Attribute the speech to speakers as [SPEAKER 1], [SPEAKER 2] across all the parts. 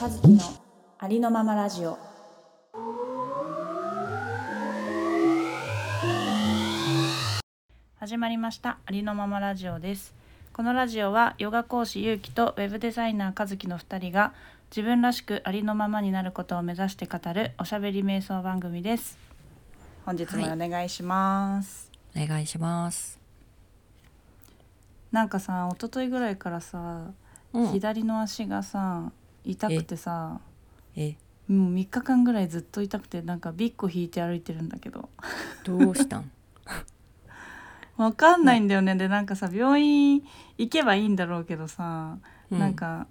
[SPEAKER 1] 和樹のありのままラジオ始まりましたありのままラジオですこのラジオはヨガ講師ゆうきとウェブデザイナー和樹の2人が自分らしくありのままになることを目指して語るおしゃべり瞑想番組です本日もお願いします、
[SPEAKER 2] お願いします。
[SPEAKER 1] なんかさ一昨日ぐらいからさ、
[SPEAKER 2] う ん、
[SPEAKER 1] 左の足がさ痛くてさ
[SPEAKER 2] え、
[SPEAKER 1] もう3日間ぐらいずっと痛くてなんかビッグ引いて歩いてるんだけど
[SPEAKER 2] どうしたん？
[SPEAKER 1] わかんないんだよね、でなんかさ病院行けばいいんだろうけどさ、
[SPEAKER 2] う
[SPEAKER 1] なん、か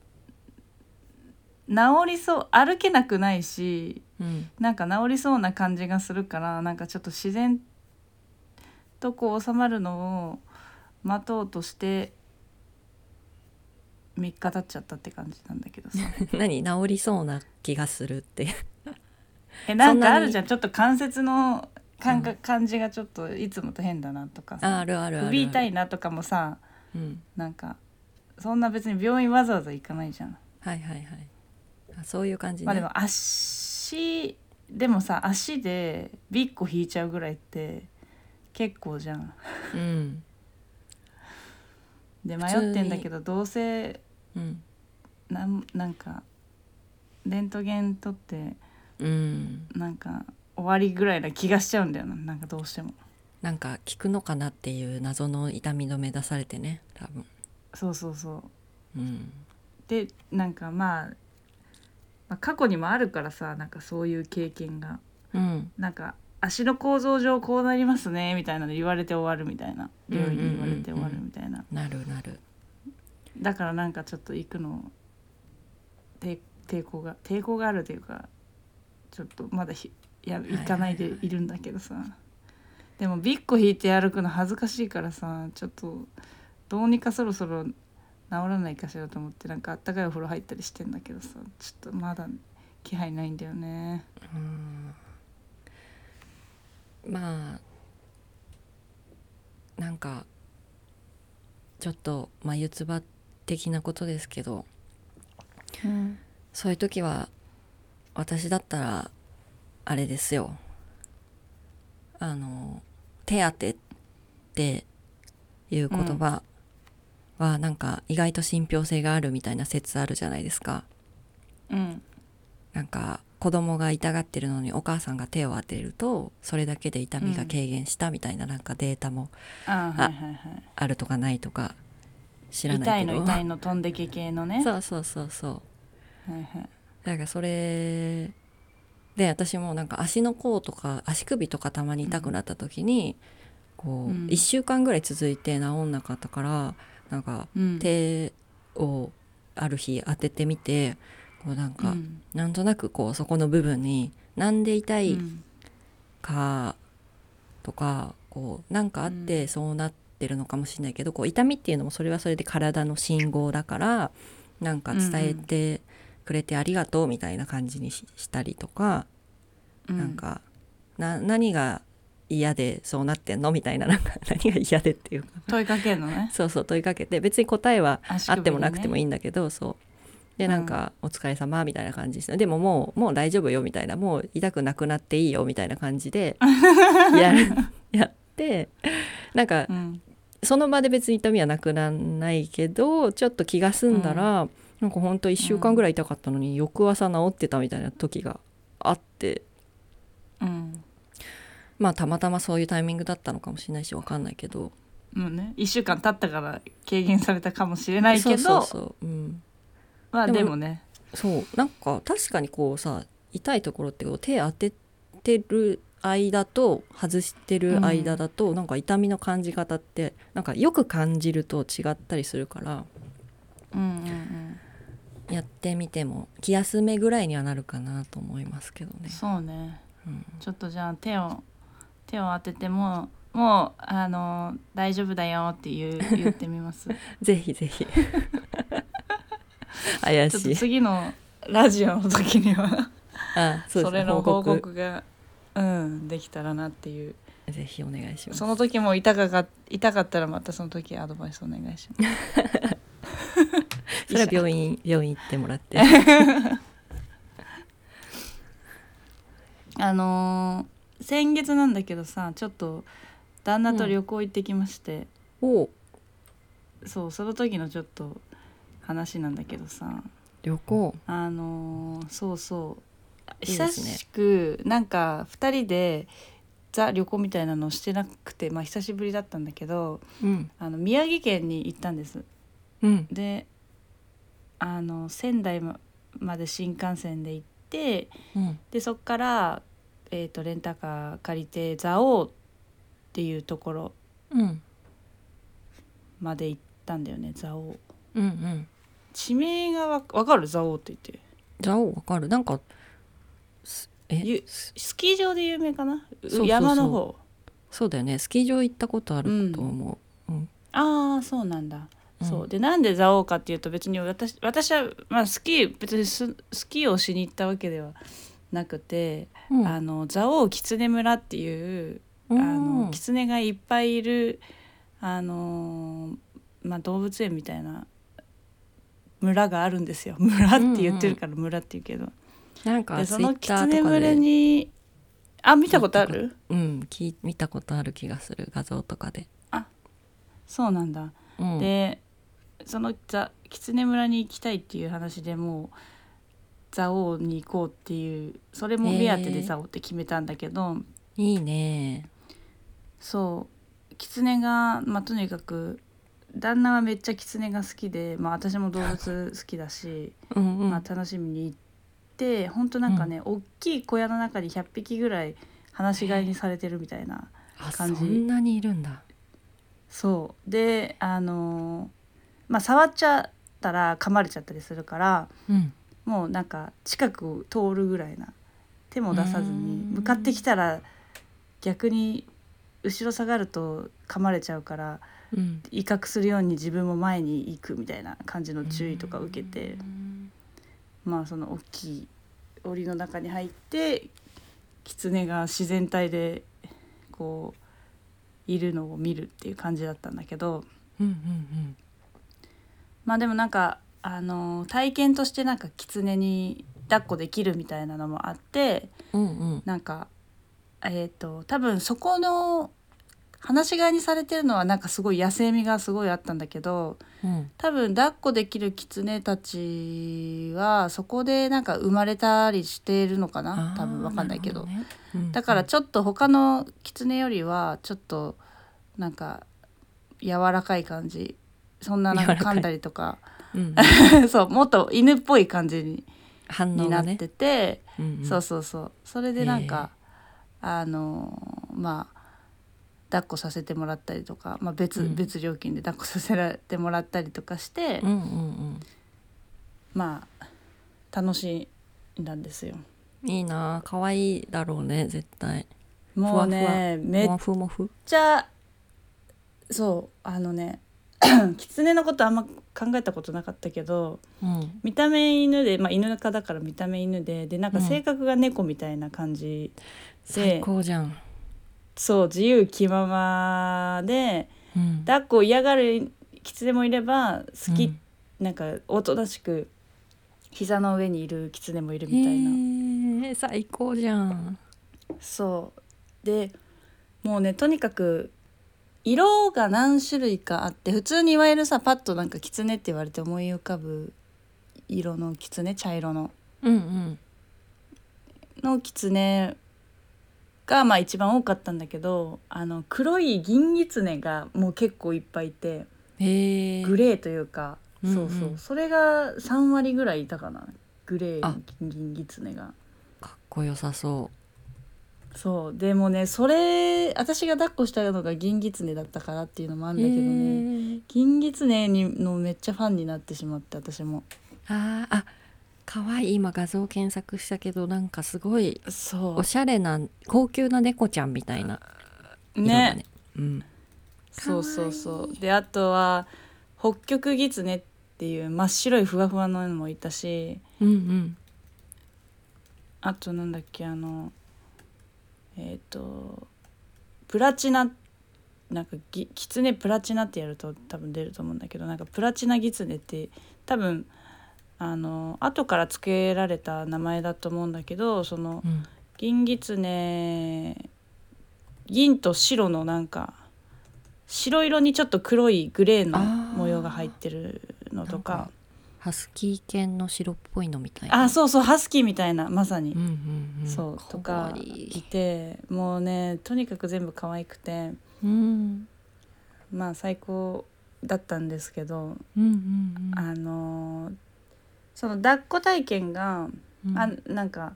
[SPEAKER 1] 治りそう歩けなくないし
[SPEAKER 2] うん、
[SPEAKER 1] なんか治りそうな感じがするからなんかちょっと自然とこう収まるのを待とうとして3日経っちゃったって感じなんだけどさ
[SPEAKER 2] 何治りそうな気がする って。
[SPEAKER 1] えなん
[SPEAKER 2] そん
[SPEAKER 1] か
[SPEAKER 2] な
[SPEAKER 1] あ
[SPEAKER 2] に
[SPEAKER 1] るじゃんちょっと関節の感覚
[SPEAKER 2] う
[SPEAKER 1] 感じがちょっといつもと変だなとかさ
[SPEAKER 2] ああるあるあるある。
[SPEAKER 1] 首痛いなとかもさ
[SPEAKER 2] うん、
[SPEAKER 1] なんかそんな別に病院わざわざ行かないじゃん。
[SPEAKER 2] はいはいはい。あ、そういう感じ
[SPEAKER 1] まあで
[SPEAKER 2] ね。
[SPEAKER 1] も足でもさ足でビッコ引いちゃうぐらいって結構じゃん。
[SPEAKER 2] うん、
[SPEAKER 1] で
[SPEAKER 2] 普通に
[SPEAKER 1] 迷ってんだけどどうせ
[SPEAKER 2] うん、
[SPEAKER 1] なんなんかレントゲン取って
[SPEAKER 2] うん。
[SPEAKER 1] なんか終わりぐらいな気がしちゃうんだよななんかどうしても。
[SPEAKER 2] なんか効くのかなっていう謎の痛み止め出されてね、多分。
[SPEAKER 1] そうそうそう
[SPEAKER 2] うん、
[SPEAKER 1] でなんかまあ、まあ過去にもあるからさなんかそういう経験が
[SPEAKER 2] うん、
[SPEAKER 1] なんか足の構造上こうなりますねみたいなの言われて終わるみたいな病院に言われて終わるみたいな
[SPEAKER 2] なるなる。
[SPEAKER 1] だからなんかちょっと行くの抵抵抗が抵抗があるというかちょっとまだひいや
[SPEAKER 2] いはい
[SPEAKER 1] 行かないでいるんだけどさ、でもビッコ引いて歩くの恥ずかしいからさちょっとどうにかそろそろ治らないかしらと思ってなんかあったかいお風呂入ったりしてんだけどさちょっとまだ気配ないんだよね
[SPEAKER 2] うんまあなんかちょっと眉唾的なことですけど
[SPEAKER 1] うん
[SPEAKER 2] そういう時は私だったらあれですよあの手当てっていう言葉はなんか意外と信憑性があるみたいな説あるじゃないですか。
[SPEAKER 1] うん
[SPEAKER 2] なんか子供が痛がってるのにお母さんが手を当てるとそれだけで痛みが軽減したみたいななんかデータも
[SPEAKER 1] あーはいはいはい
[SPEAKER 2] あるとかないとか知らな
[SPEAKER 1] 痛
[SPEAKER 2] い
[SPEAKER 1] い
[SPEAKER 2] け
[SPEAKER 1] の
[SPEAKER 2] ど
[SPEAKER 1] 痛いの飛んでけ系のね
[SPEAKER 2] そうそうそうそう
[SPEAKER 1] はいはい
[SPEAKER 2] だからそれで私もなんか足の甲とか足首とかたまに痛くなった時にこう
[SPEAKER 1] うん
[SPEAKER 2] 1週間ぐらい続いて治んなかったからなんか
[SPEAKER 1] うん
[SPEAKER 2] 手をある日当ててみてこうなん
[SPEAKER 1] う
[SPEAKER 2] か
[SPEAKER 1] ん
[SPEAKER 2] なんとなくこうそこの部分になんで痛い
[SPEAKER 1] うん
[SPEAKER 2] かとかこうなんかあっ
[SPEAKER 1] う
[SPEAKER 2] て
[SPEAKER 1] ん
[SPEAKER 2] そうなってるのかもしれないけど、こう痛みっていうのもそれはそれで体の信号だからなんか伝えてくれてありがとうみたいな感じにししたりとか、
[SPEAKER 1] う
[SPEAKER 2] なんかな何が嫌でそうなってんのみたいななんか何が嫌でっていうか
[SPEAKER 1] 問いかけるのね
[SPEAKER 2] そうそう問いかけて別に答えは
[SPEAKER 1] 足
[SPEAKER 2] あ
[SPEAKER 1] 首
[SPEAKER 2] っても
[SPEAKER 1] にね
[SPEAKER 2] なくてもいいんだけど、そうでなんか「お疲れ様みたいな感じですねでももうもう大丈夫よみたいなもう痛くなくなっていいよみたいな感じ でやるやってなんか
[SPEAKER 1] うん
[SPEAKER 2] その場で別に痛みはなくならないけどちょっと気が済んだら、なんかほんと1週間ぐらい痛かったのに、翌朝治ってたみたいな時があって
[SPEAKER 1] うん
[SPEAKER 2] まあたまたまそういうタイミングだったのかもしれないしわかんないけど
[SPEAKER 1] もうね1週間経ったから軽減されたかもしれないけど
[SPEAKER 2] そうそうそう、うん、
[SPEAKER 1] まあ
[SPEAKER 2] でも
[SPEAKER 1] でもね
[SPEAKER 2] そうなんか確かにこうさ痛いところってこう手当ててる間と外してる間だと、なんか痛みの感じ方ってなんかよく感じると違ったりするから
[SPEAKER 1] うんうん
[SPEAKER 2] やってみても気休めぐらいにはなるかなと思いますけど
[SPEAKER 1] うん
[SPEAKER 2] ね。
[SPEAKER 1] そうね
[SPEAKER 2] うん
[SPEAKER 1] ちょっとじゃあ手を手を当ててももうあの大丈夫だよって言う言ってみ ます
[SPEAKER 2] ぜひぜひ怪
[SPEAKER 1] ちょっ
[SPEAKER 2] し
[SPEAKER 1] と
[SPEAKER 2] い
[SPEAKER 1] 次のラジオの時には
[SPEAKER 2] あ
[SPEAKER 1] そ,、
[SPEAKER 2] そうで
[SPEAKER 1] れ
[SPEAKER 2] すね
[SPEAKER 1] の報告がうんできたらなっていう
[SPEAKER 2] ぜひお願いします
[SPEAKER 1] その時も痛かが痛かったらまたその時アドバイスお願いします
[SPEAKER 2] それは病院病院行ってもらって
[SPEAKER 1] あのー先月なんだけどさちょっと旦那と旅行行ってきまして、
[SPEAKER 2] おう
[SPEAKER 1] そうその時のちょっと話なんだけどさ
[SPEAKER 2] 旅行
[SPEAKER 1] あのーそうそう
[SPEAKER 2] いいで
[SPEAKER 1] 久
[SPEAKER 2] すね
[SPEAKER 1] しくなんか2人でザ旅行みたいなのをしてなくて、まあ、久しぶりだったんだけど
[SPEAKER 2] うん
[SPEAKER 1] あの宮城県に行ったんです。
[SPEAKER 2] うん
[SPEAKER 1] であの仙台ままで新幹線で行って
[SPEAKER 2] うん
[SPEAKER 1] でそっから、えー、とレンタカー借りて蔵王っていうところ
[SPEAKER 2] うん
[SPEAKER 1] まで行ったんだよね蔵王
[SPEAKER 2] うんうん
[SPEAKER 1] 地名がわわかる蔵王って言って
[SPEAKER 2] じゃあわかるなんかすえ
[SPEAKER 1] ゆ
[SPEAKER 2] す
[SPEAKER 1] スキー場で有名かなう
[SPEAKER 2] そうそうそう
[SPEAKER 1] 山の方
[SPEAKER 2] そうだよねスキー場行ったことあると思ううん
[SPEAKER 1] ああそうなんだ、
[SPEAKER 2] うん
[SPEAKER 1] そうでなんで蔵王かっていうと別に私私は、まあ、スキー別にススキーをしに行ったわけではなくて、
[SPEAKER 2] うん
[SPEAKER 1] あの蔵王狐村っていう
[SPEAKER 2] あ
[SPEAKER 1] あの狐がいっぱいいるあのーまあ動物園みたいな村があるんですよ。 村って言ってるから村って言うけど、
[SPEAKER 2] なんか
[SPEAKER 1] で
[SPEAKER 2] ツ
[SPEAKER 1] そ
[SPEAKER 2] イ
[SPEAKER 1] の
[SPEAKER 2] ッター
[SPEAKER 1] 狐
[SPEAKER 2] とか
[SPEAKER 1] 村
[SPEAKER 2] で
[SPEAKER 1] にあ見たことある？
[SPEAKER 2] うん聞い見たことある気がする画像とかで
[SPEAKER 1] そうなんだ。
[SPEAKER 2] うん
[SPEAKER 1] でそのザ狐村に行きたいっていう話でもう蔵王に行こうっていうそれも目当てで蔵王って決めたんだけど、
[SPEAKER 2] いいね
[SPEAKER 1] そう狐が、まあ、とにかく旦那はめっちゃ狐が好きで、まあ、私も動物好きだし、
[SPEAKER 2] うんうん
[SPEAKER 1] まあ、楽しみに行って本当なんかね、大きい小屋の中に100匹ぐらい放し飼いにされてるみたいな。
[SPEAKER 2] あそ
[SPEAKER 1] 感じ
[SPEAKER 2] んなにいるんだ
[SPEAKER 1] そうであのーまあ触っちゃったら噛まれちゃったりするから
[SPEAKER 2] うん
[SPEAKER 1] もうなんか近くを通るぐらいな手も出さず
[SPEAKER 2] うー
[SPEAKER 1] に
[SPEAKER 2] ん
[SPEAKER 1] 向かってきたら逆に後ろ下がると噛まれちゃうから
[SPEAKER 2] うん
[SPEAKER 1] 威嚇するように自分も前に行くみたいな感じの注意とか受けて、
[SPEAKER 2] うん
[SPEAKER 1] まあその大きい檻の中に入って狐が自然体でこういるのを見るっていう感じだったんだけど
[SPEAKER 2] うんうん
[SPEAKER 1] まあでもなんかあの体験としてなんか狐に抱っこできるみたいなのもあって
[SPEAKER 2] うんうん
[SPEAKER 1] なんかえっ、と多分そこの話し飼いにされてるのはなんかすごい野生味がすごいあったんだけど
[SPEAKER 2] うん
[SPEAKER 1] 多分抱っこできるキツネたちはそこでなんか生まれたりしているのかな多分わかんないけどだから
[SPEAKER 2] ょ
[SPEAKER 1] ちょっと他のキツネよりはちょっとなんか柔らかい感じそんななんか
[SPEAKER 2] 柔らか
[SPEAKER 1] 噛
[SPEAKER 2] い
[SPEAKER 1] んだりとか
[SPEAKER 2] うん
[SPEAKER 1] そうもっと犬っぽい感じに,、
[SPEAKER 2] 反応
[SPEAKER 1] にな
[SPEAKER 2] が
[SPEAKER 1] っ
[SPEAKER 2] ね
[SPEAKER 1] てて、
[SPEAKER 2] うん
[SPEAKER 1] そうそうそうそれでなんか、あのーまあ抱っこさせてもらったりとか、まあ、別、
[SPEAKER 2] うん
[SPEAKER 1] 別料金で抱っこさせられてもらったりとかして、
[SPEAKER 2] うんうん
[SPEAKER 1] まあ楽しいんだんですよ
[SPEAKER 2] うんいいなあ可愛いだろうね絶対
[SPEAKER 1] もうねめっ
[SPEAKER 2] モフモフ
[SPEAKER 1] ちゃそうあのね 狐のことあんま考えたことなかったけど
[SPEAKER 2] うん
[SPEAKER 1] 見た目犬で、まあ、犬科だから見た目犬ででなんか
[SPEAKER 2] うん
[SPEAKER 1] 性格が猫みたいな感じ、
[SPEAKER 2] 最高じゃん
[SPEAKER 1] そう自由気ままで
[SPEAKER 2] うん
[SPEAKER 1] 抱っこを嫌がる狐もいれば好き、
[SPEAKER 2] うん
[SPEAKER 1] なんかおとなしく膝の上にいる狐もいるみたいな。
[SPEAKER 2] へえ最高じゃん
[SPEAKER 1] そうでもうねとにかく色が何種類かあって普通にいわゆるさパッとなんか狐って言われて思い浮かぶ色の狐茶色の
[SPEAKER 2] うんうん
[SPEAKER 1] の狐がまあ一番多かったんだけどあの黒い銀狐がもう結構いっぱいいて
[SPEAKER 2] へえ
[SPEAKER 1] グレーというか、
[SPEAKER 2] うんうん
[SPEAKER 1] そうそうそれが3割ぐらいいたかなグレー
[SPEAKER 2] あ
[SPEAKER 1] の銀狐が。
[SPEAKER 2] かっこよさそ
[SPEAKER 1] そうでもねそれ私が抱っこしたのが銀狐だったからっていうのもあ
[SPEAKER 2] う
[SPEAKER 1] るんだけどね
[SPEAKER 2] へえ
[SPEAKER 1] 銀狐にのめっちゃファンになってしまって私も
[SPEAKER 2] あーあ可愛い今画像検索したけどなんかすごい
[SPEAKER 1] そ
[SPEAKER 2] おしゃれな高級な猫ちゃんみたいな
[SPEAKER 1] う
[SPEAKER 2] 色だね
[SPEAKER 1] ね
[SPEAKER 2] うん
[SPEAKER 1] そうそうそ
[SPEAKER 2] かわ
[SPEAKER 1] うであとは北極狐っていう真っ白いふわふわののもいたし
[SPEAKER 2] うんうん
[SPEAKER 1] あとなんだっけあのえっ、とプラチナなんかぎ狐プラチナってやると多分出ると思うんだけどなんかプラチナ狐って多分あの後から付けられた名前だと思うんだけどその
[SPEAKER 2] うん
[SPEAKER 1] 銀狐銀と白のなんか白色にちょっと黒いグレーの
[SPEAKER 2] あー
[SPEAKER 1] 模様が入ってるのとか
[SPEAKER 2] ハスキー犬の白っぽいのみたい
[SPEAKER 1] あ
[SPEAKER 2] な
[SPEAKER 1] そうそうハスキーみたいなまさに、
[SPEAKER 2] うんうんうん
[SPEAKER 1] そうとか
[SPEAKER 2] わい
[SPEAKER 1] い
[SPEAKER 2] い
[SPEAKER 1] てもうねとにかく全部可愛くて
[SPEAKER 2] うん
[SPEAKER 1] まあ最高だったんですけど、
[SPEAKER 2] うんうん
[SPEAKER 1] あのーその抱っこ体験が、
[SPEAKER 2] うん
[SPEAKER 1] あなんか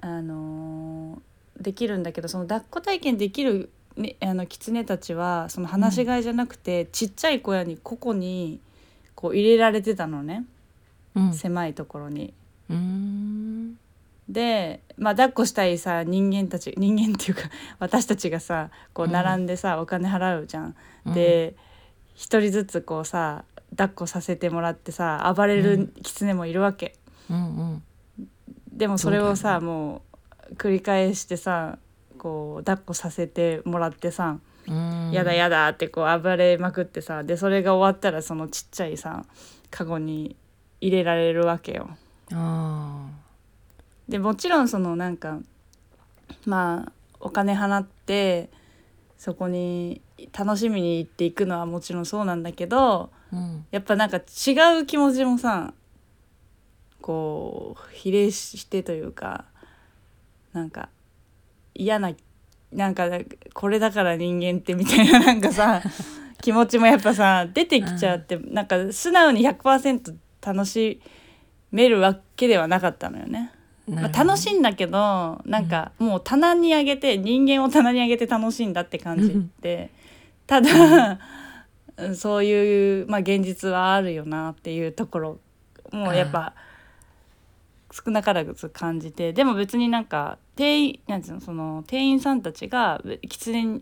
[SPEAKER 1] あのーできるんだけどその抱っこ体験できる、ね、あの狐たちはその放し飼いじゃなくて、ちっちゃい小屋にここにこう入れられてたのね、
[SPEAKER 2] うん
[SPEAKER 1] 狭いところに。
[SPEAKER 2] うん
[SPEAKER 1] で、まあ、抱っこしたいさ人間たち人間っていうか 私たちがさこう
[SPEAKER 2] うん
[SPEAKER 1] 並んでさ、お金払うじゃん。で一人ずつこうさ抱っこさせてもらってさ暴れ
[SPEAKER 2] う
[SPEAKER 1] る
[SPEAKER 2] ん
[SPEAKER 1] 狐もいるわけ、
[SPEAKER 2] うんうん
[SPEAKER 1] でもそれを
[SPEAKER 2] そうだ
[SPEAKER 1] さ
[SPEAKER 2] よ
[SPEAKER 1] もう繰り返してさこう抱っこさせてもらってさ
[SPEAKER 2] う
[SPEAKER 1] 「
[SPEAKER 2] ん
[SPEAKER 1] やだやだ」ってこう暴れまくってさでそれが終わったらそのちっちゃいさカゴに入れられるわけよ。
[SPEAKER 2] あ
[SPEAKER 1] でもちろんそのなんかまあお金払ってそこに楽しみに行っていくのはもちろんそうなんだけど
[SPEAKER 2] ーうん
[SPEAKER 1] やっぱなんか違う気持ちもさこう比例してというかなんか嫌ななんかこれだから人間ってみたいななんかさ気持ちもやっぱさ出てきちゃって、なんか素直に100%楽しめるわけではなかったのよね。まあ、楽し
[SPEAKER 2] い
[SPEAKER 1] いんだけどなんかもう棚にあげて、人間を棚にあげて楽しいんだって感じって、ただ、そういう、まあ、現実はあるよなっていうところもうやっぱ少なからず感じてでも別になんか店員なんていうのその店員さんたちが狐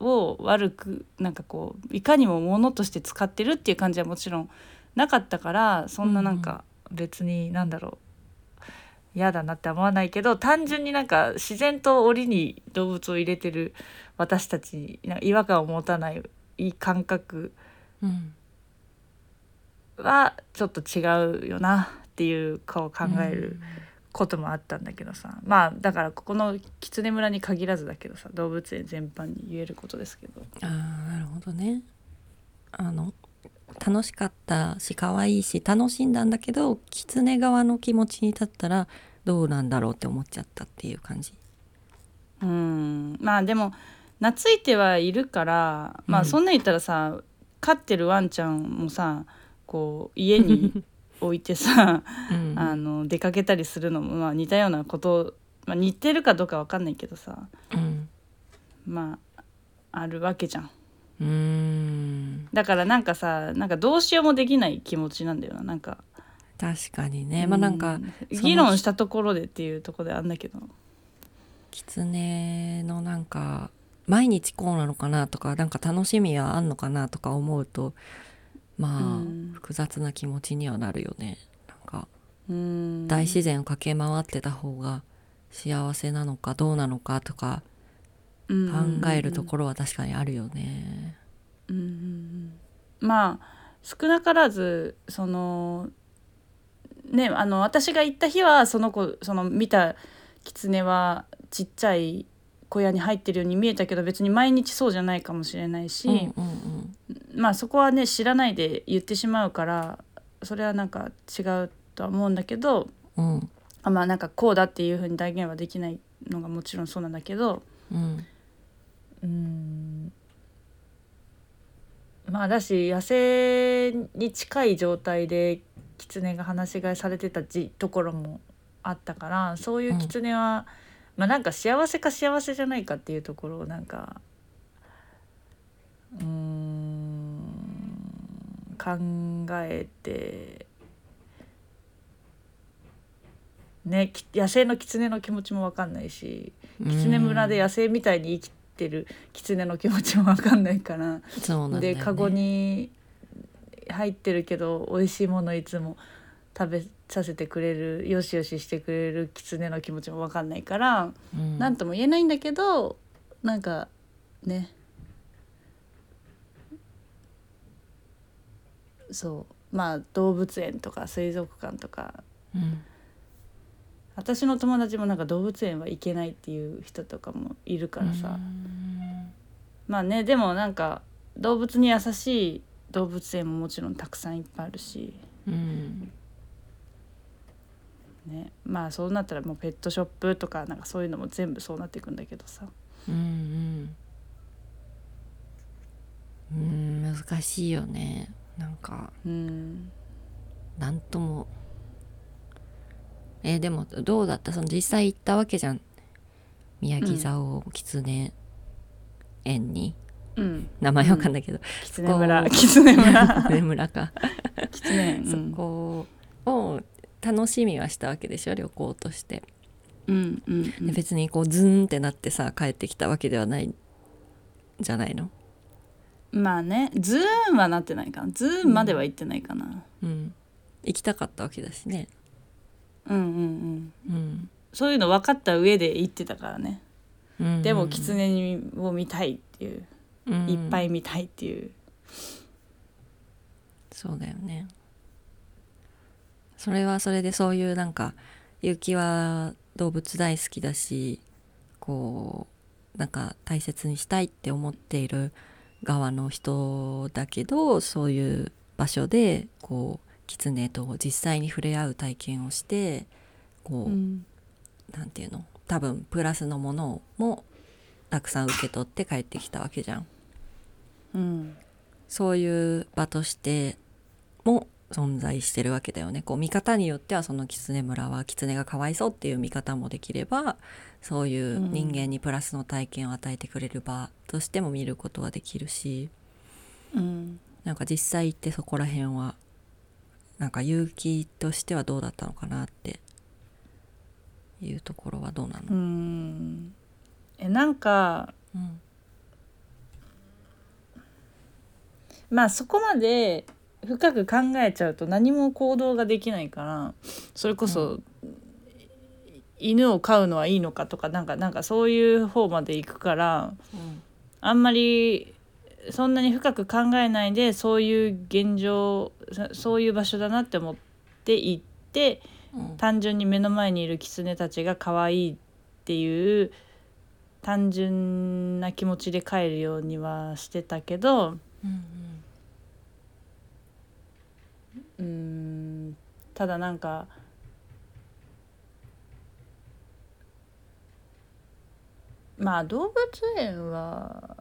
[SPEAKER 1] を悪くなんかこういかにも物として使ってるっていう感じはもちろんなかったからそんななんか別になんだろう、嫌だなって思わないけど単純になんか自然と檻に動物を入れてる私たちになんか違和感を持たないいい感覚
[SPEAKER 2] うん
[SPEAKER 1] はちょっと違うよなっていうかを考えることもあったんだけどさ、まあだからここの狐村に限らずだけどさ動物園全般に言えることですけど。
[SPEAKER 2] あーなるほどねあの楽しかったし可愛いし楽しんだんだけど狐側の気持ちに立ったらどうなんだろうって思っちゃったっていう感じ
[SPEAKER 1] うんまあでも懐いてはいるからま
[SPEAKER 2] う
[SPEAKER 1] あ
[SPEAKER 2] ん
[SPEAKER 1] そんなん言ったらさ、飼ってるワンちゃんもさこう家 に置いてさ
[SPEAKER 2] うん
[SPEAKER 1] あの出かけたりするのも、まあ、似たようなこと、まあ、似てるかどうかわかんないけどさ
[SPEAKER 2] うん
[SPEAKER 1] まああるわけじゃん
[SPEAKER 2] うーん
[SPEAKER 1] だからなんかさなんかどうしようもできない気持ちなんだよななんか、
[SPEAKER 2] 確かにねまあなんか、
[SPEAKER 1] うん
[SPEAKER 2] その
[SPEAKER 1] 議論したところでっていうところであんだけど
[SPEAKER 2] 狐のなんか毎日こうなのかなとかなんか楽しみはあんのかなとか思うとまあ、
[SPEAKER 1] うん
[SPEAKER 2] 複雑な気持ちにはなるよねなんか
[SPEAKER 1] うん
[SPEAKER 2] 大自然を駆け回ってた方が幸せなのかどうなのかとか
[SPEAKER 1] うん
[SPEAKER 2] 考えるところは確かにあるよね。
[SPEAKER 1] うんうんうんまあ少なからずそのねあの私が行った日はその子その見た狐はちっちゃい小屋に入ってるように見えたけど別に毎日そうじゃないかもしれないし、
[SPEAKER 2] うんうん
[SPEAKER 1] まあそこはね知らないで言ってしまうからそれはなんか違うとは思うんだけど
[SPEAKER 2] うんうん
[SPEAKER 1] あまあなんかこうだっていうふうに断言はできないのがもちろんそうなんだけど、
[SPEAKER 2] うん
[SPEAKER 1] うんまあだし野生に近い状態で狐が放し飼いされてたじところもあったからそういう狐は、まあなんか幸せか幸せじゃないかっていうところをなんかうーん考えて。ね、き野生の狐の気持ちも分かんないし狐村で野生みたいに生きてる狐の気持ちも分かんないから、
[SPEAKER 2] そうなんだ
[SPEAKER 1] で
[SPEAKER 2] よね
[SPEAKER 1] カゴに入ってるけど美味しいものいつも食べさせてくれるよしよししてくれる狐の気持ちも分かんないから、
[SPEAKER 2] うん
[SPEAKER 1] なんとも言えないんだけどなんかねそうまあ動物園とか水族館とか
[SPEAKER 2] うん
[SPEAKER 1] 私の友達もなんか動物園は行けないっていう人とかもいるからさ、
[SPEAKER 2] うん
[SPEAKER 1] まあねでもなんか動物に優しい動物園ももちろんたくさんいっぱいあるし、
[SPEAKER 2] うん
[SPEAKER 1] ね、まあそうなったらもうペットショップとかなんかそういうのも全部そうなっていくんだけどさ
[SPEAKER 2] うんうん難しいよねなんか
[SPEAKER 1] うん
[SPEAKER 2] なんともえーでもどうだったその実際行ったわけじゃん宮城蔵狐園に、
[SPEAKER 1] うん
[SPEAKER 2] 名前わかんないけど、
[SPEAKER 1] 狐村
[SPEAKER 2] こう
[SPEAKER 1] 狐村
[SPEAKER 2] 上村か、
[SPEAKER 1] 狐園う
[SPEAKER 2] そ
[SPEAKER 1] ん
[SPEAKER 2] こを楽しみはしたわけでしょ旅行として、
[SPEAKER 1] うんうんう
[SPEAKER 2] で
[SPEAKER 1] ん
[SPEAKER 2] 別にこうズーンってなってさ帰ってきたわけではないじゃないの
[SPEAKER 1] まあねズーンはなってないかなズーンまでは行ってないかな、
[SPEAKER 2] うん行きたかったわけだしね
[SPEAKER 1] うん、うんうん
[SPEAKER 2] うん、
[SPEAKER 1] そういうの分かった上で行ってたからね
[SPEAKER 2] うん
[SPEAKER 1] でも狐を見たいっていう、
[SPEAKER 2] うん
[SPEAKER 1] いっぱい見たいっていう
[SPEAKER 2] そうだよねそれはそれでそういうなんか結城は動物大好きだしこうなんか大切にしたいって思っている側の人だけどそういう場所でこう狐と実際に触れ合う体験をしてこ
[SPEAKER 1] う
[SPEAKER 2] う、
[SPEAKER 1] ん
[SPEAKER 2] なんていうの多分プラスのものもたくさん受け取って帰ってきたわけじゃん。
[SPEAKER 1] うん
[SPEAKER 2] そういう場としても存在してるわけだよね。こう見方によってはその狐村は狐がかわいそうっていう見方もできればそういう人間にプラスの体験を与えてくれる場としても見ることはできるし
[SPEAKER 1] うん
[SPEAKER 2] なんか実際行ってそこら辺はなんか勇気としてはどうだったのかなっていうところはどうな
[SPEAKER 1] う
[SPEAKER 2] の、
[SPEAKER 1] んえなんか
[SPEAKER 2] うん
[SPEAKER 1] まあそこまで深く考えちゃうと何も行動ができないからそれこそ、犬を飼うのはいいのかとかなんかなんかそういう方まで行くからあんまりそんなに深く考えないでそういう現状そそういう場所だなって思って行って
[SPEAKER 2] うん
[SPEAKER 1] 単純に目の前にいる狐たちが可愛いっていう単純な気持ちで帰るようにはしてたけど
[SPEAKER 2] うん
[SPEAKER 1] うーんただなんかまあ動物園は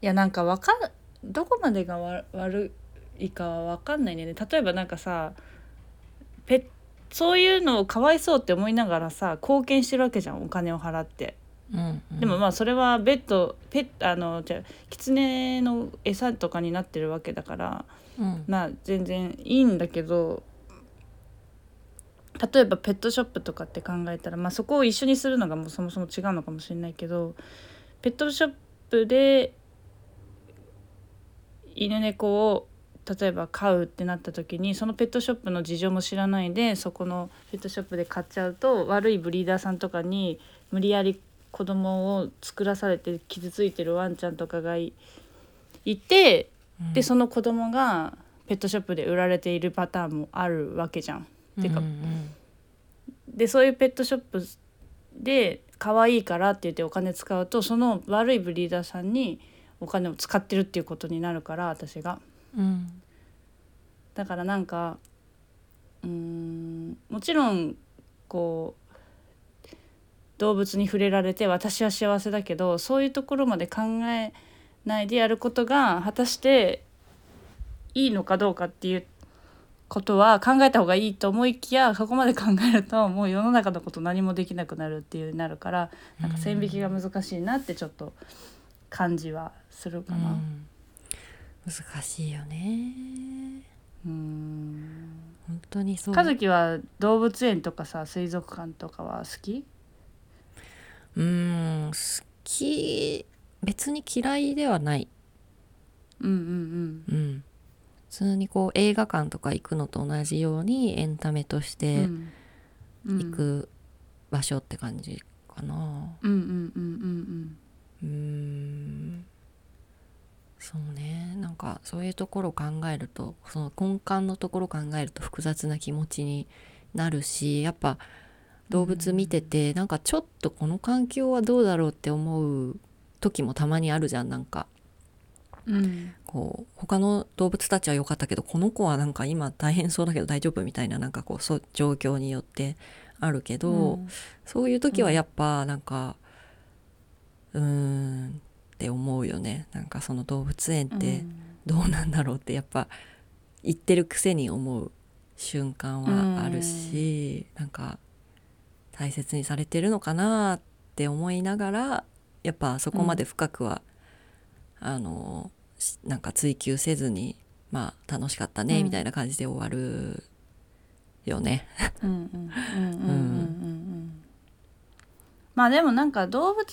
[SPEAKER 1] いやなんかわかんどこまでがわ悪いかは分かんないね例えばなんかさペッそういうのをかわいそうって思いながらさ貢献してるわけじゃんお金を払って。
[SPEAKER 2] うんうん
[SPEAKER 1] でもまあそれはベッドペッあのじゃあ狐の餌とかになってるわけだから
[SPEAKER 2] うん
[SPEAKER 1] まあ全然いいんだけど例えばペットショップとかって考えたら、まあ、そこを一緒にするのがもうそもそも違うのかもしれないけどペットショップで犬猫を例えば飼うってなった時にそのペットショップの事情も知らないでそこのペットショップで買っちゃうと悪いブリーダーさんとかに無理やり子供を作らされて傷ついてるワンちゃんとかがいいてでその子供がペットショップで売られているパターンもあるわけじゃん。てか
[SPEAKER 2] うんうん
[SPEAKER 1] でそういうペットショップで可愛いからって言ってお金使うとその悪いブリーダーさんにお金を使ってるっていうことになるから私が。
[SPEAKER 2] うん
[SPEAKER 1] だからなんかうーんもちろんこう動物に触れられて私は幸せだけどそういうところまで考えないでやることが果たしていいのかどうかっていうことは考えた方がいいと思いきやそこまで考えるともう世の中のこと何もできなくなるっていうようになるからなんか線引きが難しいなってちょっと感じはするかな。
[SPEAKER 2] うん難しいよね
[SPEAKER 1] うーん
[SPEAKER 2] 本当にそう
[SPEAKER 1] 和樹は動物園とかさ水族館とかは好き
[SPEAKER 2] うーん好き別に嫌いではない
[SPEAKER 1] うんうん
[SPEAKER 2] うん普通にこう映画館とか行くのと同じようにエンタメとし
[SPEAKER 1] う
[SPEAKER 2] て
[SPEAKER 1] んうん
[SPEAKER 2] 行く場所って感じかな
[SPEAKER 1] うんうんうん
[SPEAKER 2] うーんそうねなんかそういうところを考えるとその根幹のところを考えると複雑な気持ちになるしやっぱ動物見てて、なんかちょっとこの環境はどうだろうって思う時もたまにあるじゃんなんか
[SPEAKER 1] うん
[SPEAKER 2] こう他の動物たちは良かったけどこの子はなんか今大変そうだけど大丈夫みたいななんかこうそう状況によってあるけど、
[SPEAKER 1] ん
[SPEAKER 2] そういう時はやっぱなんかうーんって思うよねなんかその動物園ってどうなんだろうってやっぱ言ってるくせに思う瞬間はあるし、なんか大切にされてるのかなって思いながらやっぱそこまで深くは、あのしなんか追求せずにまあ楽しかったね
[SPEAKER 1] うん
[SPEAKER 2] みたいな感じで終わるよね。
[SPEAKER 1] うんうんうんうんうんうんうんまあでもなんか動物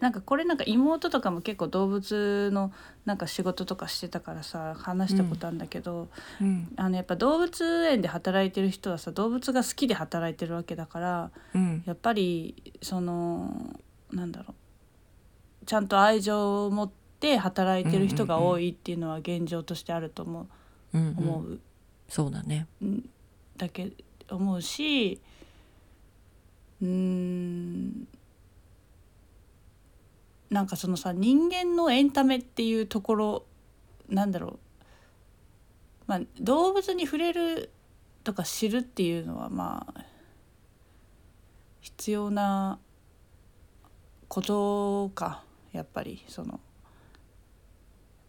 [SPEAKER 1] なんかこれなんか妹とかも結構動物のなんか仕事とかしてたからさ話したことあるんだけど、
[SPEAKER 2] うん
[SPEAKER 1] あのやっぱ動物園で働いてる人はさ動物が好きで働いてるわけだから
[SPEAKER 2] うん
[SPEAKER 1] やっぱりそのなんだろうちゃんと愛情を持って働いてる人が多いっていうのは現状としてあると思う,、
[SPEAKER 2] うんうん
[SPEAKER 1] 思う
[SPEAKER 2] そうだね。
[SPEAKER 1] だけ思うしうーんなんかそのさ人間のエンタメっていうところなんだろう、まあ、動物に触れるとか知るっていうのはまあ必要なことかやっぱりその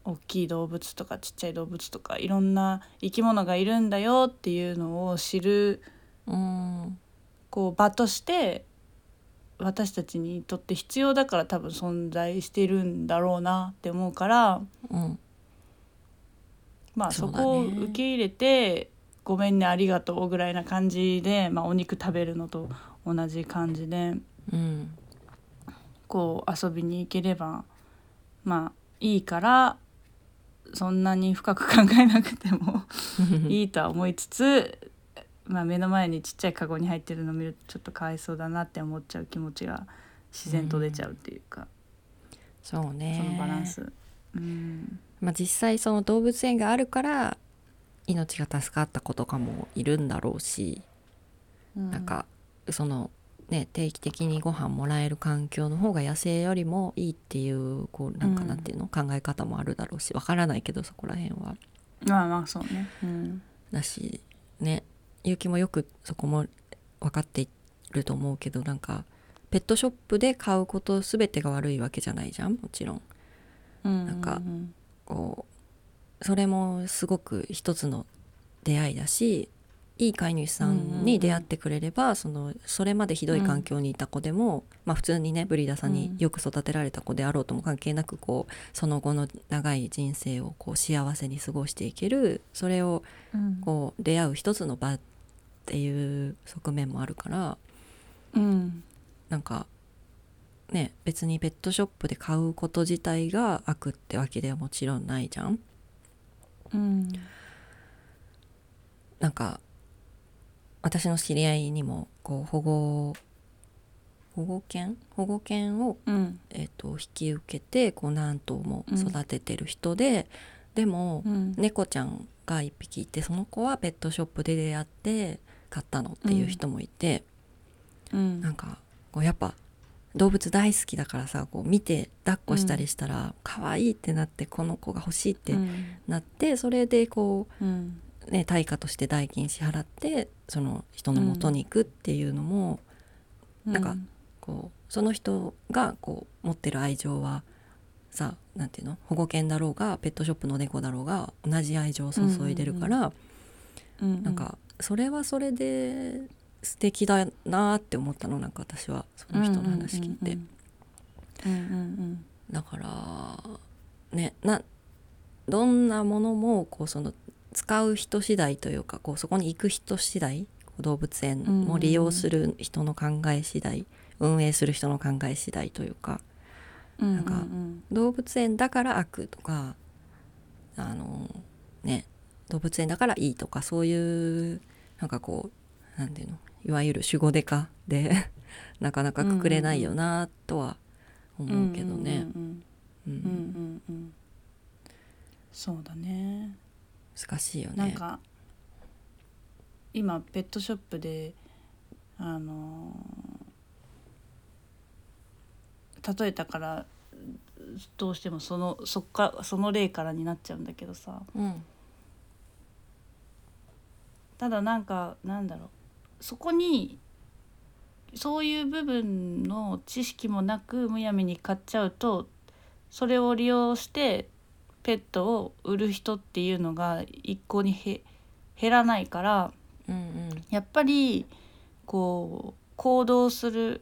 [SPEAKER 1] 大きい動物とかちっちゃい動物とかいろんな生き物がいるんだよっていうのを知る
[SPEAKER 2] うん
[SPEAKER 1] こう場として私たちにとって必要だから多分存在してるんだろうなって思うから
[SPEAKER 2] うん
[SPEAKER 1] まあそ
[SPEAKER 2] そ
[SPEAKER 1] う
[SPEAKER 2] だね
[SPEAKER 1] こを受け入れて、ごめんねありがとうぐらいな感じで、まあ、お肉食べるのと同じ感じで
[SPEAKER 2] うん
[SPEAKER 1] こう遊びに行ければまあいいからそんなに深く考えなくても。いいとは思いつつ、まあ、目の前にちっちゃいカゴに入ってるの見るとちょっとかわいそうだなって思っちゃう気持ちが自然と出ちゃうっていうか、
[SPEAKER 2] そうね
[SPEAKER 1] そのバランス。うん
[SPEAKER 2] まあ、実際その動物園があるから命が助かった子とかもいるんだろうし、なんかそのね定期的にご飯もらえる環境の方が野生よりもいいっていうこうなんか
[SPEAKER 1] うん
[SPEAKER 2] なんていうの、考え方もあるだろうしわからないけどそこら辺は。
[SPEAKER 1] まあまあそうね。うん
[SPEAKER 2] だしね結城もよくそこも分かっていると思うけどなんかペットショップで買うこと全てが悪いわけじゃないじゃんもちろん。なんか
[SPEAKER 1] うん
[SPEAKER 2] こうそれもすごく一つの出会いだしいい飼い主さんに出会ってくれれば、そのそれまでひどい環境にいた子でも、まあ、普通にねブリーダーさんによく育てられた子であろうとも関係なくこうその後の長い人生をこう幸せに過ごしていけるそれを
[SPEAKER 1] うん
[SPEAKER 2] こう出会う一つの場っていう側面もあるから
[SPEAKER 1] うん
[SPEAKER 2] なんかね別にペットショップで買うこと自体が悪ってわけではもちろんないじゃん。
[SPEAKER 1] うん
[SPEAKER 2] なんか私の知り合いにもこう保護保護犬保護犬を、
[SPEAKER 1] うん
[SPEAKER 2] えっと引き受けてこう何頭も育ててる人で、でも、
[SPEAKER 1] うん
[SPEAKER 2] 猫ちゃんが1匹いてその子はペットショップで出会って買ったのっていう人もいて、
[SPEAKER 1] うん
[SPEAKER 2] なんかこうやっぱ動物大好きだからさこう見て抱っこしたりしたら可愛、いってなってこの子が欲しいって
[SPEAKER 1] うん
[SPEAKER 2] なって、それでこう
[SPEAKER 1] うん
[SPEAKER 2] ね、対価として代金支払ってその人の元に行くっていうのも、なんかこうその人がこう持ってる愛情はさなんていうの保護犬だろうがペットショップの猫だろうが同じ愛情を注いでるから、
[SPEAKER 1] うん
[SPEAKER 2] なんかそれはそれで素敵だなって思ったのなんか私はその人の話聞いて。
[SPEAKER 1] うんうん
[SPEAKER 2] だからねなどんなものもこうその使う人次第というかこうそこに行く人次第こう動物園も利用する人の考え次第、運営する人の考え次第というか
[SPEAKER 1] うんうん
[SPEAKER 2] なんか
[SPEAKER 1] うん
[SPEAKER 2] 動物園だから悪とかあのね動物園だからいいとかそういうなんかこうなんていうのいわゆる守護デカで なかなかくくれないよなとは思うけどね。
[SPEAKER 1] うんうん
[SPEAKER 2] う
[SPEAKER 1] うんうん
[SPEAKER 2] ん
[SPEAKER 1] うんうんそうだね
[SPEAKER 2] 難しいよね。
[SPEAKER 1] なんか、今ペットショップであの例えたからどうしてもそのそっかその例からになっちゃうんだけどさ
[SPEAKER 2] うん
[SPEAKER 1] ただなんかなんだろうそこにそういう部分の知識もなくむやみに買っちゃうとそれを利用してペットを売る人っていうのが一向にへ減らないから
[SPEAKER 2] うんうん
[SPEAKER 1] やっぱりこう行動する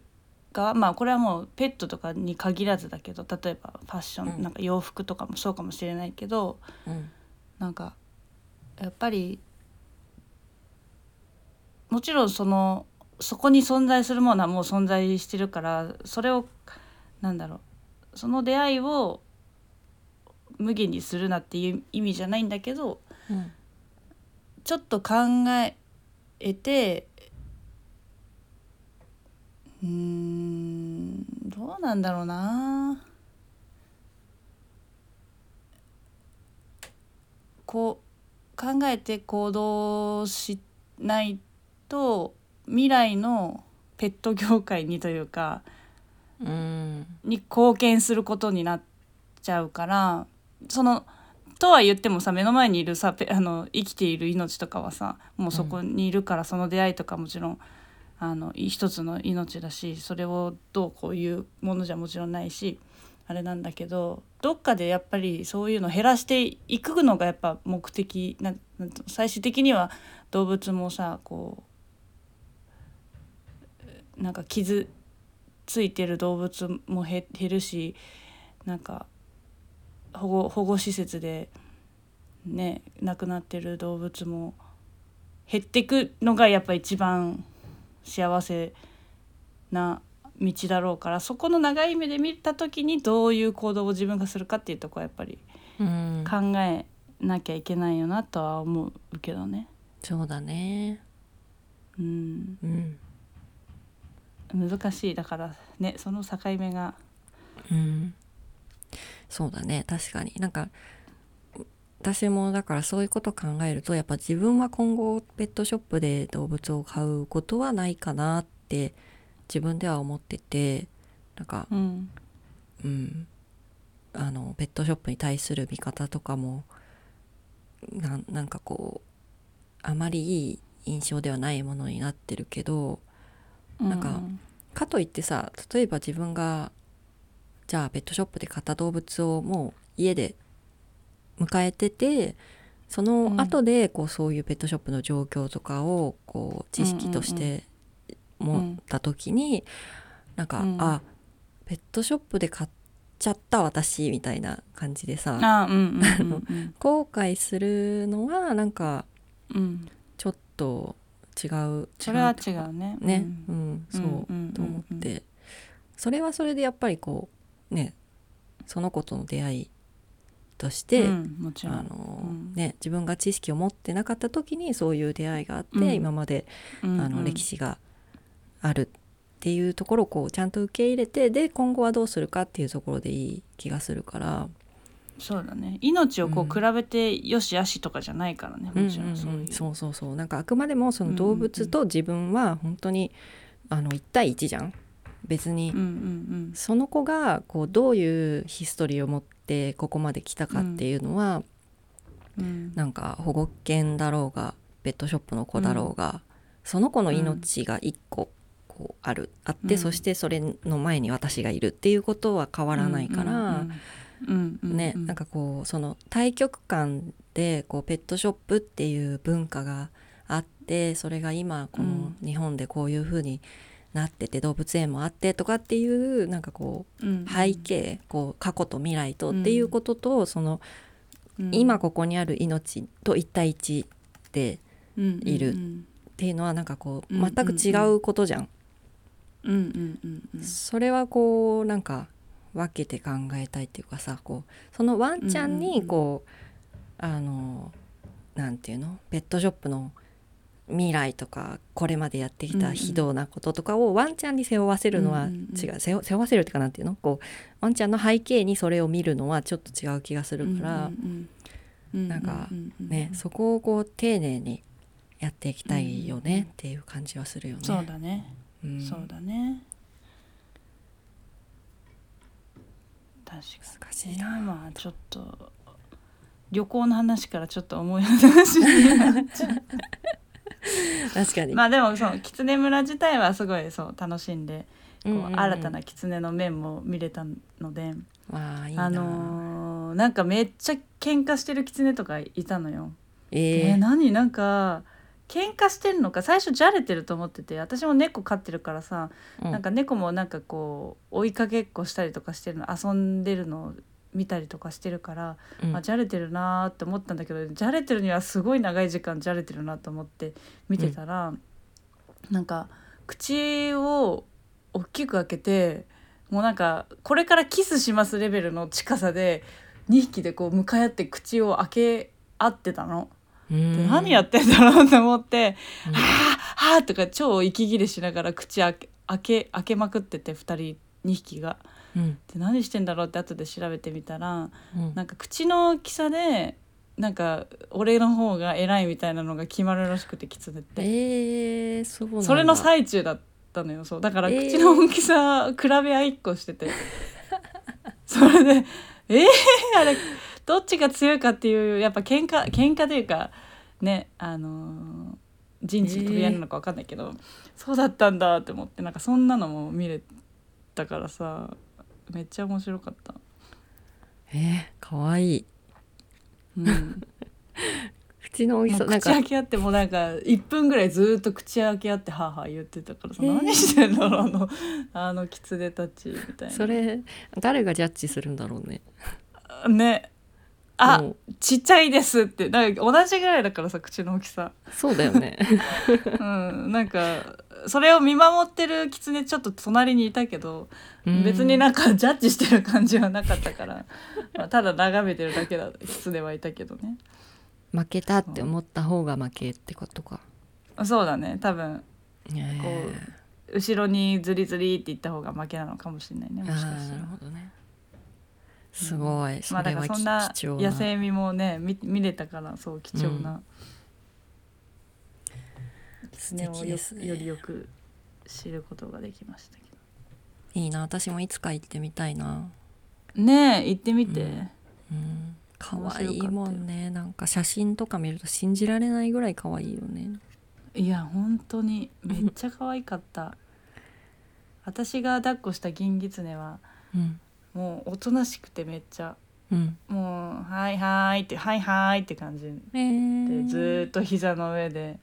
[SPEAKER 1] 側まあこれはもうペットとかに限らずだけど例えばファッション、
[SPEAKER 2] うん
[SPEAKER 1] なんか洋服とかもそうかもしれないけど
[SPEAKER 2] うん
[SPEAKER 1] なんかやっぱりもちろんそのそこに存在するものはもう存在してるからそれをなんだろうその出会いを無限にするなっていう意味じゃないんだけど
[SPEAKER 2] うん
[SPEAKER 1] ちょっと考えてうーんどうなんだろうなこう考えて行動しないと未来のペット業界にというか
[SPEAKER 2] うん
[SPEAKER 1] に貢献することになっちゃうからそのとは言ってもさ目の前にいるさペあの生きている命とかはさもうそこにいるから、その出会いとかもちろんあのい一つの命だしそれをどうこういうものじゃもちろんないしあれなんだけどどっかでやっぱりそういうの減らしていくのがやっぱ目的なんなんていうの最終的には動物もさこうなんか傷ついてる動物も減減るしなんか保護保護施設でね亡くなってる動物も減ってくのがやっぱ一番幸せな道だろうからそこの長い目で見た時にどういう行動を自分がするかっていうとこはやっぱり
[SPEAKER 2] うん
[SPEAKER 1] 考えなきゃいけないよなとは思うけどね。
[SPEAKER 2] そうだね
[SPEAKER 1] うん
[SPEAKER 2] うん
[SPEAKER 1] 難しいだからねその境目が
[SPEAKER 2] うんそうだね確かになんか私もだからそういうこと考えるとやっぱ自分は今後ペットショップで動物を飼うことはないかなって自分では思っててなんか
[SPEAKER 1] うん
[SPEAKER 2] うん、あのペットショップに対する見方とかもなんなんかこうあまりいい印象ではないものになってるけどなんかかといってさ例えば自分がじゃあペットショップで買った動物をもう家で迎えててその後でこうそういうペットショップの状況とかをこう知識として持った時になんか、
[SPEAKER 1] うん
[SPEAKER 2] あペットショップで買っちゃった私みたいな感じで
[SPEAKER 1] うん
[SPEAKER 2] さ
[SPEAKER 1] あうんうん うん
[SPEAKER 2] 後悔するのはなんか
[SPEAKER 1] うん、うん、
[SPEAKER 2] ちょっと違う
[SPEAKER 1] それは違
[SPEAKER 2] う
[SPEAKER 1] うね
[SPEAKER 2] ね、う
[SPEAKER 1] うんん、
[SPEAKER 2] そう、
[SPEAKER 1] うんうんうんうん
[SPEAKER 2] と思ってそれはそれでやっぱりこうねその子との出会いとして、
[SPEAKER 1] うんもちろ
[SPEAKER 2] あ
[SPEAKER 1] ん、
[SPEAKER 2] の
[SPEAKER 1] うん
[SPEAKER 2] ね、自分が知識を持ってなかった時にそういう出会いがあって、
[SPEAKER 1] うん
[SPEAKER 2] 今まで
[SPEAKER 1] うん
[SPEAKER 2] あの
[SPEAKER 1] うん
[SPEAKER 2] 歴史があるっていうところをこうちゃんと受け入れてで今後はどうするかっていうところでいい気がするから
[SPEAKER 1] そうだね命をこ
[SPEAKER 2] うん
[SPEAKER 1] う比べてよし悪しとかじゃないからね、もちろんそういう、
[SPEAKER 2] そうそうそうなんかあくまでもその動物と自分は本当に、あの1対1じゃん別に
[SPEAKER 1] うんうん
[SPEAKER 2] その子がこうどういうヒストリーを持ってここまで来たかっていうのは、
[SPEAKER 1] うんうん
[SPEAKER 2] なんか保護犬だろうがペットショップの子だろうが、その子の命が一個こうあるあって、
[SPEAKER 1] うん
[SPEAKER 2] そしてそれの前に私がいるっていうことは変わらないか
[SPEAKER 1] うんう
[SPEAKER 2] ら、
[SPEAKER 1] んうん、
[SPEAKER 2] ね、なんかこうその対極間でこうペットショップっていう文化があってそれが今この日本でこういう風になってて動物園もあってとかっていうなんかこう
[SPEAKER 1] うん
[SPEAKER 2] 背景こう過去と未来とっていうことと、その
[SPEAKER 1] うん
[SPEAKER 2] 今ここにある命と一対一でいる
[SPEAKER 1] うん
[SPEAKER 2] っていうのはなんかこう
[SPEAKER 1] うん
[SPEAKER 2] 全く違うことじゃん。
[SPEAKER 1] うんうんうんうん
[SPEAKER 2] それはこうなんか分けて考えたいっていうかさこうそのワンちゃん
[SPEAKER 1] うんうんう
[SPEAKER 2] に
[SPEAKER 1] ん
[SPEAKER 2] こう、あのなんていうのペットショップの未来とかこれまでやってき
[SPEAKER 1] うん
[SPEAKER 2] た
[SPEAKER 1] うん
[SPEAKER 2] 非道なこととかをワンちゃんに背負わせるのは
[SPEAKER 1] うん
[SPEAKER 2] 違
[SPEAKER 1] うん
[SPEAKER 2] う背負背負わせるっていうかなんていうのこうワンちゃんの背景にそれを見るのはちょっと違う気がするから、
[SPEAKER 1] うんうんうん
[SPEAKER 2] なんか
[SPEAKER 1] うんうんうん
[SPEAKER 2] ね、そこをこう丁寧にやっていきたいよねっていう感じはするよね。
[SPEAKER 1] そうだね、
[SPEAKER 2] うん
[SPEAKER 1] そうだね確か
[SPEAKER 2] 難し
[SPEAKER 1] に
[SPEAKER 2] いな。
[SPEAKER 1] まあちょっと旅行の話からちょっと思い出し
[SPEAKER 2] 確かに。
[SPEAKER 1] まあでもそう狐村自体はすごいそう楽しんでこう、
[SPEAKER 2] うんうんうん
[SPEAKER 1] 新たな狐の面も見れたので
[SPEAKER 2] わあいいな。
[SPEAKER 1] あのーなんかめっちゃ喧嘩してる狐とかいたのよ。
[SPEAKER 2] え
[SPEAKER 1] え
[SPEAKER 2] え
[SPEAKER 1] 何なんか喧嘩してんのか最初じゃれてると思ってて私も猫飼ってるからさ、
[SPEAKER 2] う
[SPEAKER 1] なんか猫もなんかこう追いかけっこしたりとかしてるの遊んでるのを見たりとかしてるから、
[SPEAKER 2] うん
[SPEAKER 1] あじゃれてるなーって思ったんだけどじゃれてるにはすごい長い時間じゃれてるなと思って見てたら、なんか口を大きく開けてもうなんかこれからキスしますレベルの近さで2匹でこう向かい合って口を開け合ってたの。で何や
[SPEAKER 2] っ
[SPEAKER 1] ってんだろうと思って「
[SPEAKER 2] うん
[SPEAKER 1] はあはあ」とか超息切れしながら口開け開け開けまくってて2人2匹が。
[SPEAKER 2] うん
[SPEAKER 1] で何してんだろうって後で調べてみたら
[SPEAKER 2] うん
[SPEAKER 1] なんか口の大きさでなんか俺の方が偉いみたいなのが決まるらしくてキツネって
[SPEAKER 2] ええそうなんだ
[SPEAKER 1] それの最中だったのよそうだから
[SPEAKER 2] えー
[SPEAKER 1] 口の大きさ比べ合いっこして てそれでえー、あれどっちが強いかっていうやっぱ喧嘩喧嘩というかねあのー陣地に取り合いなのか分かんないけど、そうだったんだって思ってなんかそんなのも見れたからさめっちゃ面白かった。
[SPEAKER 2] ええ可愛いい。
[SPEAKER 1] うん
[SPEAKER 2] 口の大き
[SPEAKER 1] も
[SPEAKER 2] さ
[SPEAKER 1] う
[SPEAKER 2] なん
[SPEAKER 1] 口
[SPEAKER 2] か
[SPEAKER 1] 開け合ってもうなんか1分ぐらいずーっと口開け合ってはあはあ言ってたからさ、
[SPEAKER 2] えー
[SPEAKER 1] 何してんだろうあのあのキツネたちみたいな
[SPEAKER 2] それ誰がジャッジするんだろうね。
[SPEAKER 1] ねあ
[SPEAKER 2] もう
[SPEAKER 1] ちっちゃいですってなんか同じぐらいだからさ口の大きさ
[SPEAKER 2] そうだよね。
[SPEAKER 1] うんなんかそれを見守ってるキツネちょっと隣にいたけど別になんかジャッジしてる感じはなかったから、まあ、ただ眺めてるだけだキツネはいたけどね
[SPEAKER 2] 負けたって思った方が負けってことか。
[SPEAKER 1] そうだね多分
[SPEAKER 2] ねえ
[SPEAKER 1] 後ろにズリズリって言った方が負けなのかもしれないねもしか
[SPEAKER 2] ああ
[SPEAKER 1] した
[SPEAKER 2] な
[SPEAKER 1] ら
[SPEAKER 2] る。ほどね。すごい。そ
[SPEAKER 1] まあだ
[SPEAKER 2] れ
[SPEAKER 1] か
[SPEAKER 2] は
[SPEAKER 1] らそん
[SPEAKER 2] き
[SPEAKER 1] な
[SPEAKER 2] 貴重な。
[SPEAKER 1] 野生味もね見見れたからそう貴重な、
[SPEAKER 2] 素
[SPEAKER 1] ねを
[SPEAKER 2] 敵
[SPEAKER 1] よ
[SPEAKER 2] です
[SPEAKER 1] より
[SPEAKER 2] ね。
[SPEAKER 1] よく知ることができましたけ
[SPEAKER 2] いいな。私もいつか行ってみたいな。
[SPEAKER 1] どねえ行ってみて、
[SPEAKER 2] うんうん。可愛い
[SPEAKER 1] 面白か
[SPEAKER 2] も
[SPEAKER 1] ったよ
[SPEAKER 2] んね。なんか写真とか見ると信じられないぐらい可愛いよね。
[SPEAKER 1] いや本当にめっちゃ可愛かった 私が抱っこした銀狐は
[SPEAKER 2] うん。
[SPEAKER 1] もうおとなしくてめっちゃ
[SPEAKER 2] うん。
[SPEAKER 1] もう「はいはい」って「はいはい」って感じで
[SPEAKER 2] えー
[SPEAKER 1] ずーっと膝の上で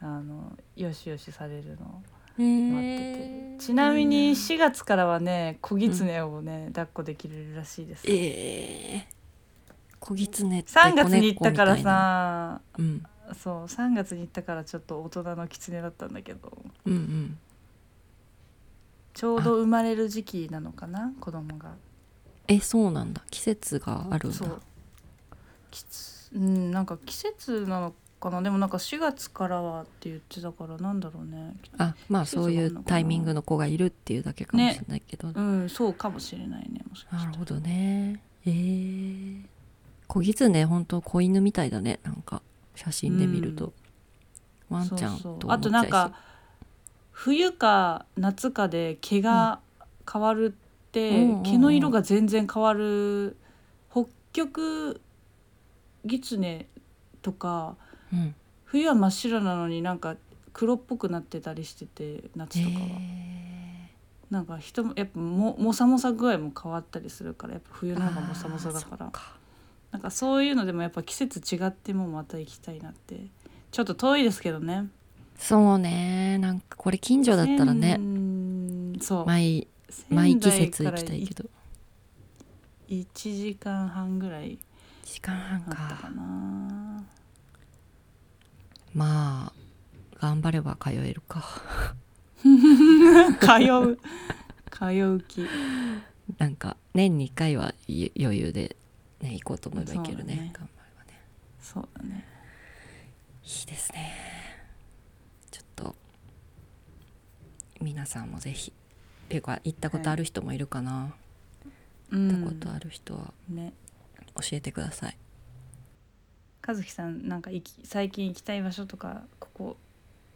[SPEAKER 1] あのよしよしされるのを
[SPEAKER 2] え
[SPEAKER 1] 待ってて、
[SPEAKER 2] ー
[SPEAKER 1] ちなみ
[SPEAKER 2] いい
[SPEAKER 1] に4月からはね小狐をね、抱っこできるらしいです
[SPEAKER 2] ええ小狐って
[SPEAKER 1] 3
[SPEAKER 2] 子
[SPEAKER 1] 月に行っ
[SPEAKER 2] 猫
[SPEAKER 1] た
[SPEAKER 2] み
[SPEAKER 1] か
[SPEAKER 2] た
[SPEAKER 1] ら
[SPEAKER 2] いな、
[SPEAKER 1] さ
[SPEAKER 2] うん、
[SPEAKER 1] そう3月に行ったからちょっと大人の狐だったんだけど
[SPEAKER 2] うんうん
[SPEAKER 1] ちょうど生まれる時期なのかな子供が
[SPEAKER 2] えそうなんだ季節があるんだ
[SPEAKER 1] そうきつうんなんか季節なのかなでもなんか4月からはって言ってたからなんだろうね
[SPEAKER 2] あまあ
[SPEAKER 1] 季節が
[SPEAKER 2] そうい
[SPEAKER 1] あるの
[SPEAKER 2] う
[SPEAKER 1] かな
[SPEAKER 2] タイミングの子がいるっていうだけかもしれないけど、
[SPEAKER 1] うんそうかもしれないねもしかし
[SPEAKER 2] な
[SPEAKER 1] た
[SPEAKER 2] る
[SPEAKER 1] ら
[SPEAKER 2] ほどねえー、小狐ほんと子犬みたいだねなんか写真で見ると、ワンちゃんと
[SPEAKER 1] そう
[SPEAKER 2] 思
[SPEAKER 1] そう
[SPEAKER 2] っちゃいそう
[SPEAKER 1] あとなんか冬か夏かで毛が変わるって、
[SPEAKER 2] うんうんうんうん
[SPEAKER 1] 毛の色が全然変わる北極狐とか
[SPEAKER 2] うん、
[SPEAKER 1] 冬は真っ白なのになんか黒っぽくなってたりしてて夏とかは、
[SPEAKER 2] え
[SPEAKER 1] なんか人もやっぱももさもさ具合も変わったりするからやっぱ冬
[SPEAKER 2] ー
[SPEAKER 1] の方がもさもさだか
[SPEAKER 2] あーそ
[SPEAKER 1] ら
[SPEAKER 2] っか
[SPEAKER 1] なんかそういうのでもやっぱ季節違ってもまた行きたいなってちょっと遠いですけどね
[SPEAKER 2] そうねなんかこれ近所だったらね
[SPEAKER 1] 仙そう
[SPEAKER 2] 毎毎季節行きたいけど
[SPEAKER 1] 1時間半ぐらい
[SPEAKER 2] 1時間半
[SPEAKER 1] あったか
[SPEAKER 2] か
[SPEAKER 1] な
[SPEAKER 2] まあ頑張れば通えるか
[SPEAKER 1] 通う通う気
[SPEAKER 2] なんか年に1回はゆ余裕で、ね、行こうと思えば行けるね
[SPEAKER 1] そうだね
[SPEAKER 2] 頑張ればね
[SPEAKER 1] そうだね
[SPEAKER 2] いいですねちょっと皆さんもぜひっていうか行ったことある人もいるかな、
[SPEAKER 1] う
[SPEAKER 2] 行ったこと
[SPEAKER 1] ん
[SPEAKER 2] ある人は
[SPEAKER 1] ね
[SPEAKER 2] 教えてください
[SPEAKER 1] 和樹さんなんか行き最近行きたい場所とかこ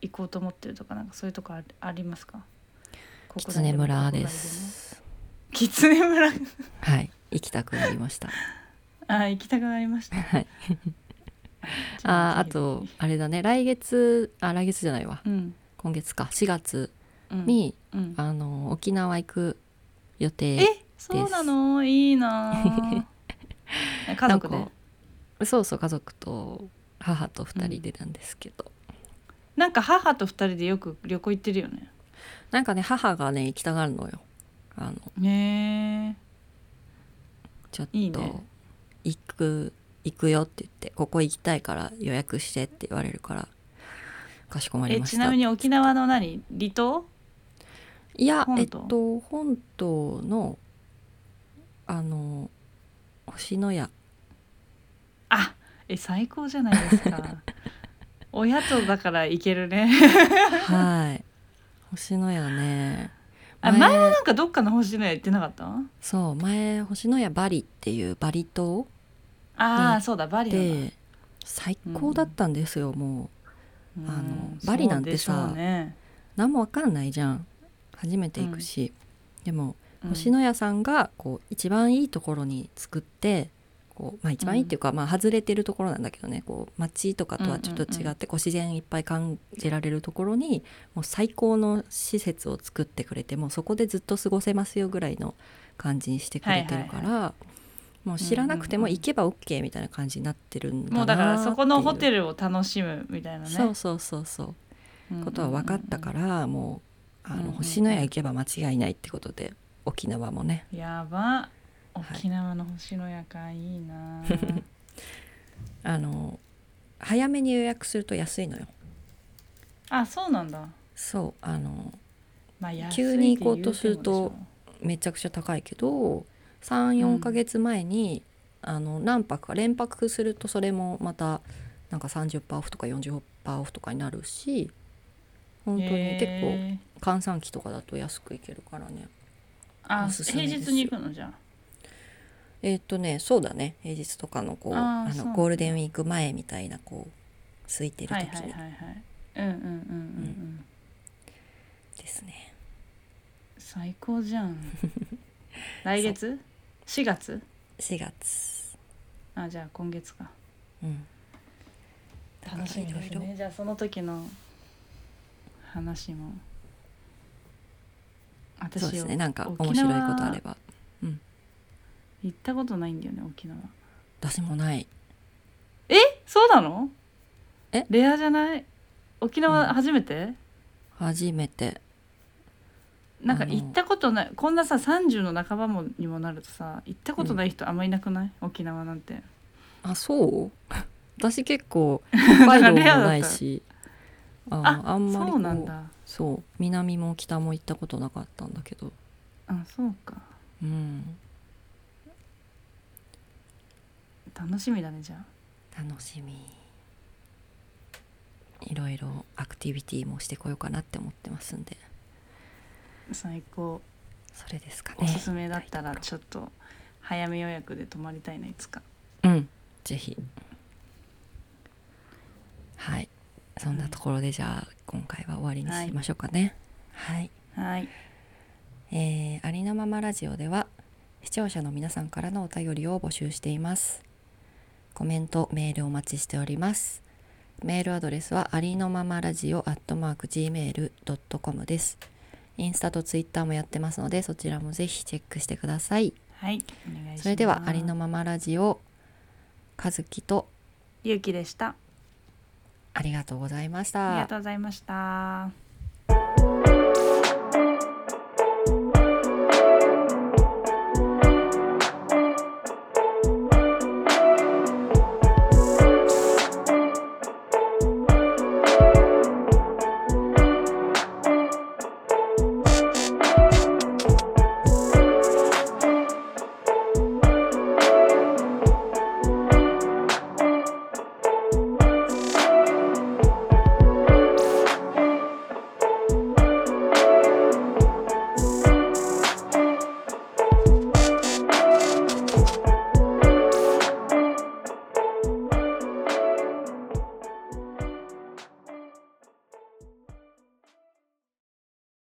[SPEAKER 1] 行こうと思ってるとかなんかそういうとこあありますかここだけで
[SPEAKER 2] 狐
[SPEAKER 1] も
[SPEAKER 2] 村で
[SPEAKER 1] こ
[SPEAKER 2] す。
[SPEAKER 1] こだけでも狐村
[SPEAKER 2] はい、行きたくなりま した。
[SPEAKER 1] あ行きたくなりました
[SPEAKER 2] はい。あー、あとあれだね。来月あ来月じゃないわ。
[SPEAKER 1] うん、
[SPEAKER 2] 今月か4月
[SPEAKER 1] うん、
[SPEAKER 2] に、
[SPEAKER 1] うん、
[SPEAKER 2] あの沖縄行く予
[SPEAKER 1] え
[SPEAKER 2] 定。
[SPEAKER 1] そうなのいい なあ家族
[SPEAKER 2] なん
[SPEAKER 1] で
[SPEAKER 2] かそうそう家族と母と2人でなんですけど、
[SPEAKER 1] なんか母と二人でよく旅行行ってるよね
[SPEAKER 2] なんかね母がね行きたがるのよ。あの
[SPEAKER 1] ね
[SPEAKER 2] ちょっ
[SPEAKER 1] いい
[SPEAKER 2] と
[SPEAKER 1] ね
[SPEAKER 2] 行く行くよって言ってここ行きたいから予約してって言われるからかしこま
[SPEAKER 1] え
[SPEAKER 2] り
[SPEAKER 1] え
[SPEAKER 2] ました
[SPEAKER 1] ちなみに沖縄の何離島
[SPEAKER 2] いや
[SPEAKER 1] 本島
[SPEAKER 2] えっと本島のあの星 のや
[SPEAKER 1] あえ最高じゃないです か親とだから行けるね
[SPEAKER 2] はい星のやね
[SPEAKER 1] あ前はなんかどっかの星のや行ってなかった
[SPEAKER 2] そう前星のやバリっていうバリ島
[SPEAKER 1] ああ、
[SPEAKER 2] ね
[SPEAKER 1] そうだバリなんだ
[SPEAKER 2] で最高だったんですよ、もう
[SPEAKER 1] うん
[SPEAKER 2] あのバリなんて
[SPEAKER 1] そ
[SPEAKER 2] さ
[SPEAKER 1] うでしょうね
[SPEAKER 2] 何もわかんないじゃん初めて行くし、でも
[SPEAKER 1] うん
[SPEAKER 2] 星野屋さんがこう一番いいところに作ってこう、まあ、一番いいっていうか、まあ、外れてるところなんだけどねこう街とかとはちょっと違って、
[SPEAKER 1] うんうんうん
[SPEAKER 2] こう自然いっぱい感じられるところにもう最高の施設を作ってくれてもうそこでずっと過ごせますよぐらいの感じにしてくれてるから。もう知らなくても
[SPEAKER 1] うんうんうん
[SPEAKER 2] 行けば OK みたいな感じになってるんだな
[SPEAKER 1] もうだからそこのホテ
[SPEAKER 2] ル
[SPEAKER 1] ルを楽しむみたいなね、
[SPEAKER 2] そうそうそうそうことは分かったからら、もうあ
[SPEAKER 1] うんうん
[SPEAKER 2] の
[SPEAKER 1] うん
[SPEAKER 2] 星のや行けば間違いないってことで沖縄もね
[SPEAKER 1] やば
[SPEAKER 2] い
[SPEAKER 1] 沖縄の星の夜かいい な
[SPEAKER 2] あの早めに予約すると安いのよ
[SPEAKER 1] あそうなんだ、
[SPEAKER 2] そうあの
[SPEAKER 1] まあ、安い
[SPEAKER 2] 急に行こうとすると
[SPEAKER 1] って言うても
[SPEAKER 2] めちゃくちゃ高いけど34
[SPEAKER 1] うん
[SPEAKER 2] ヶ月前に、あの何泊か連泊するとそれもまたなんか30%オフとか40%オフとかになるし本当
[SPEAKER 1] でしょ
[SPEAKER 2] に結構
[SPEAKER 1] へ
[SPEAKER 2] 閑散期とかだと安く行けるからね
[SPEAKER 1] ーあ
[SPEAKER 2] おすすめです
[SPEAKER 1] 平日に行くのじゃん
[SPEAKER 2] えーっとねそうだね平日とかのこう
[SPEAKER 1] あ
[SPEAKER 2] あ
[SPEAKER 1] ーそうなんだ
[SPEAKER 2] のゴールデンウィーク前みたいなこう空いてる
[SPEAKER 1] はい
[SPEAKER 2] 時
[SPEAKER 1] はいはい
[SPEAKER 2] に
[SPEAKER 1] はいうんうんうんうんうん
[SPEAKER 2] ですね、
[SPEAKER 1] 最高じゃ ん来月4月
[SPEAKER 2] 4月
[SPEAKER 1] あじゃあ今月か
[SPEAKER 2] うん
[SPEAKER 1] 楽しみです
[SPEAKER 2] いろい
[SPEAKER 1] ねじゃあその時の話も私
[SPEAKER 2] そうですねなんか面
[SPEAKER 1] 沖
[SPEAKER 2] 白
[SPEAKER 1] 縄
[SPEAKER 2] いことあれば
[SPEAKER 1] 行ったことないんだよね沖縄
[SPEAKER 2] 私もない
[SPEAKER 1] そうなの
[SPEAKER 2] え
[SPEAKER 1] レアじゃない沖縄
[SPEAKER 2] うん
[SPEAKER 1] 初めて、
[SPEAKER 2] 初めて
[SPEAKER 1] なんか
[SPEAKER 2] あの
[SPEAKER 1] 行ったことないこんなさ30の半ばもにもなるとさ行ったことない人あんまいなくない、沖縄なんて
[SPEAKER 2] あそう 私結 構北海道も
[SPEAKER 1] レアだった
[SPEAKER 2] ないしあ
[SPEAKER 1] あ
[SPEAKER 2] あんまりこ
[SPEAKER 1] そうなんだ
[SPEAKER 2] そう南も北も行ったことなかったんだけど
[SPEAKER 1] あそうか
[SPEAKER 2] うん
[SPEAKER 1] 楽しみだねじゃあ
[SPEAKER 2] 楽しみいろいろアクティビティもしてこようかなって思ってますんで
[SPEAKER 1] 最高
[SPEAKER 2] それですか
[SPEAKER 1] おす
[SPEAKER 2] ね
[SPEAKER 1] すめだったらちょっと早め予約で泊まりたいないつか
[SPEAKER 2] うんぜひはいそんなところでじゃあ今回は終わりにしましょうかねはい、
[SPEAKER 1] はい
[SPEAKER 2] えーありのままラジオでは視聴者の皆さんからのお便りを募集していますコメントメールお待ちしておりますメールアドレスはありのままラジオアットマーク gmail.com ですインスタとツイッターもやってますのでそちらもぜひチェックしてください
[SPEAKER 1] はいお願いします
[SPEAKER 2] それではありのままラジオ和樹と
[SPEAKER 1] ゆうきでした
[SPEAKER 2] ありがとうございました
[SPEAKER 1] ありがとうございました